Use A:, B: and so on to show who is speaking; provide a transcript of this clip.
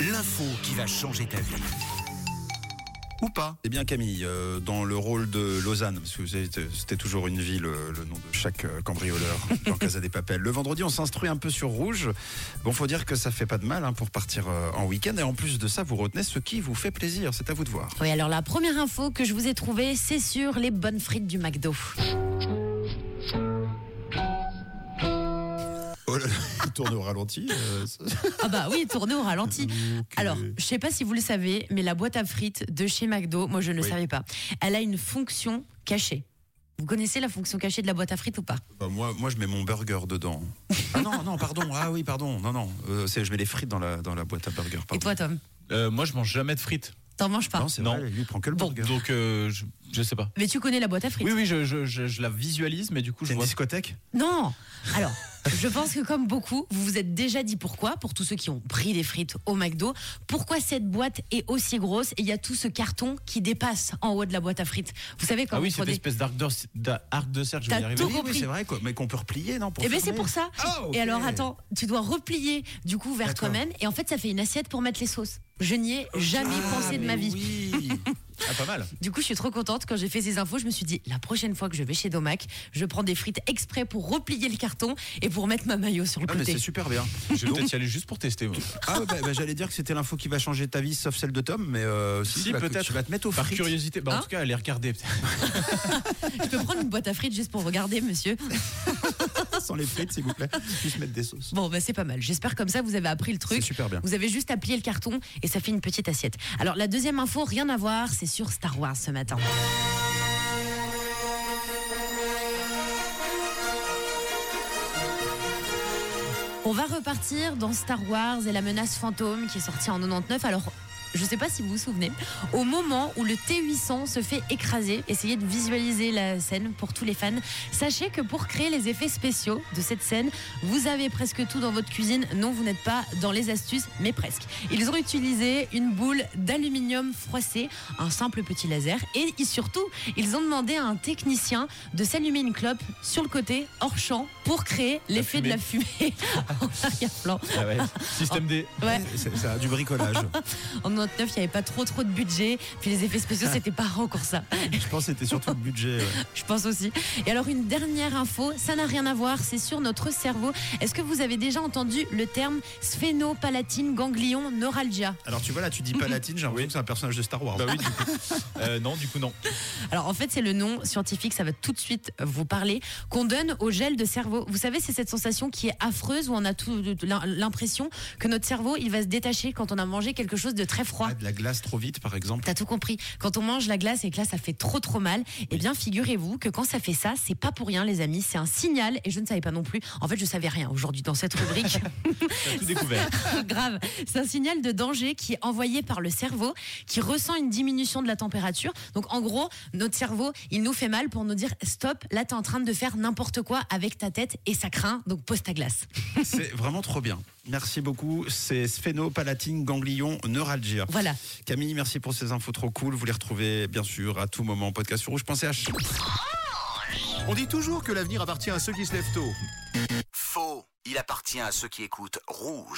A: L'info qui va changer ta vie. Ou pas.
B: Eh bien Camille, euh, dans le rôle de Lausanne, parce que vous savez, c'était toujours une ville, euh, le nom de chaque euh, cambrioleur dans Casa des Papels. Le vendredi, on s'instruit un peu sur Rouge. Bon, faut dire que ça fait pas de mal hein, pour partir euh, en week-end. Et en plus de ça, vous retenez ce qui vous fait plaisir. C'est à vous de voir.
C: Oui, alors la première info que je vous ai trouvée, c'est sur les bonnes frites du McDo.
B: Oh là là, il tourne au ralenti. euh, ça-
C: Ah bah oui, tournée au ralenti. Alors, je sais pas si vous le savez, mais la boîte à frites de chez McDo, moi je ne le
B: Oui.
C: savais pas, elle a une fonction cachée. Vous connaissez la fonction cachée de la boîte à frites ou pas
B: Bah, moi, moi, je mets mon burger dedans. Ah non, non, pardon. Ah oui, pardon. Non, non. Euh, c'est- je mets les frites dans la, dans la boîte à burger. pardon.
C: Et toi, Tom
D: Euh, moi, je mange jamais de frites.
C: T'en manges pas
B: Non, c'est
D: Non.
B: vrai. Lui, il prend que le burger.
D: Donc, euh, je, je sais pas.
C: Mais tu connais la boîte à frites
D: Oui, oui, je, je- je- je la visualise, mais du coup,
B: C'est
D: je
B: une
D: vois.
B: discothèque
C: Non Alors, je pense que comme beaucoup, vous vous êtes déjà dit pourquoi, pour tous ceux qui ont pris des frites au McDo, pourquoi cette boîte est aussi grosse et il y a tout ce carton qui dépasse en haut de la boîte à frites. Vous savez quand
D: Ah oui,
C: vous
D: cette
C: prenez...
D: espèce d'arc de, d'arc de cercle, je
C: T'as
D: vais y arriver.
C: tout compris.
B: c'est vrai, quoi. mais qu'on peut replier, non pour
C: Eh bien, c'est
B: fermer.
C: pour ça.
B: Ah, ok.
C: Et alors, attends, tu dois replier du coup vers
B: D'accord.
C: toi-même. Et en fait, ça fait une assiette pour mettre les sauces. Je n'y ai jamais
B: Ah,
C: pensé de ma
B: mais
C: vie.
B: oui.
D: Ah, pas mal.
C: Du coup, je suis trop contente. Quand j'ai fait ces infos, je me suis dit, la prochaine fois que je vais chez Domac, je prends des frites exprès pour replier le carton et pour mettre ma maillot sur le
B: Ah, mais
C: côté.
B: c'est super bien.
D: Je vais peut-être y aller juste pour tester. moi.
B: Ah, ouais, bah, bah, j'allais dire que c'était l'info qui va changer ta vie, sauf celle de Tom, mais euh, si,
D: Si,
B: tu vas-
D: peut-être.
B: Tu vas te mettre au
D: Par
B: frites.
D: curiosité. Bah,
C: Hein
D: en tout cas, aller regarder.
C: Je peux prendre une boîte à frites juste pour regarder, monsieur.
B: sans les frites, s'il vous plaît. Juste mettre des sauces.
C: Bon, bah, c'est pas mal. J'espère comme ça, vous avez appris le
B: C'est
C: truc.
B: super bien.
C: Vous avez juste à plier le carton et ça fait une petite assiette. Alors la deuxième info, rien à voir, c'est sur Star Wars ce matin. On va repartir dans Star Wars et la menace fantôme qui est sortie en 99. Alors, je sais pas si vous vous souvenez, au moment où le T800 se fait écraser, essayez de visualiser la scène pour tous les fans. Sachez que pour créer les effets spéciaux de cette scène, vous avez presque tout dans votre cuisine. Non, vous n'êtes pas dans les astuces, mais presque. Ils ont utilisé une boule d'aluminium froissée, un simple petit laser, et ils- surtout, ils ont demandé à un technicien de s'allumer une clope sur le côté, hors champ, pour créer l'effet de la fumée en arrière-plan.
D: Ah ouais. Système D.
B: Ah.
C: Ouais,
B: C'est- Ça a du bricolage.
C: en 99, il n'y avait pas trop trop de budget, puis les effets spéciaux, c'était pas encore ça.
B: Je pense que c'était surtout le budget. ouais.
C: Je pense aussi. Et alors une dernière info, ça n'a rien à voir, c'est sur notre cerveau. Est-ce que vous avez déjà entendu le terme sphénopalatine ganglion neuralgia
B: Alors tu vois, là, tu dis palatine, j'ai l'impression que c'est un personnage de Star Wars.
D: Bah oui, du coup. Euh, non, du coup, non.
C: Alors en fait, c'est le nom scientifique, ça va tout de suite vous parler, qu'on donne au gel de cerveau. Vous savez, c'est cette sensation qui est affreuse où on a tout l'im- l'impression que notre cerveau, il va se détacher quand on a mangé quelque chose de très froid.
B: Ah, de la glace trop vite, par exemple.
C: T'as tout compris. Quand on mange la glace et que là ça fait trop trop mal, eh bien figurez-vous que quand ça fait ça, c'est pas pour rien les amis, c'est un signal et je ne savais pas non plus. En fait, je savais rien aujourd'hui dans cette rubrique.
D: T'as tout découvert.
C: Grave. C'est un signal de danger qui est envoyé par le cerveau qui ressent une diminution de la température. Donc en gros, notre cerveau, il nous fait mal pour nous dire stop, là t'es en train de faire n'importe quoi avec ta tête et ça craint, donc pose ta glace.
B: C'est vraiment trop bien. Merci beaucoup. C'est sphéno, palatine, ganglion, neuralgia.
C: Voilà.
B: Camille, merci pour ces infos trop cool. Vous les retrouvez, bien sûr, à tout moment en podcast sur rouge.ch.
E: On dit toujours que l'avenir appartient à ceux qui se lèvent tôt.
A: Faux. Il appartient à ceux qui écoutent Rouge.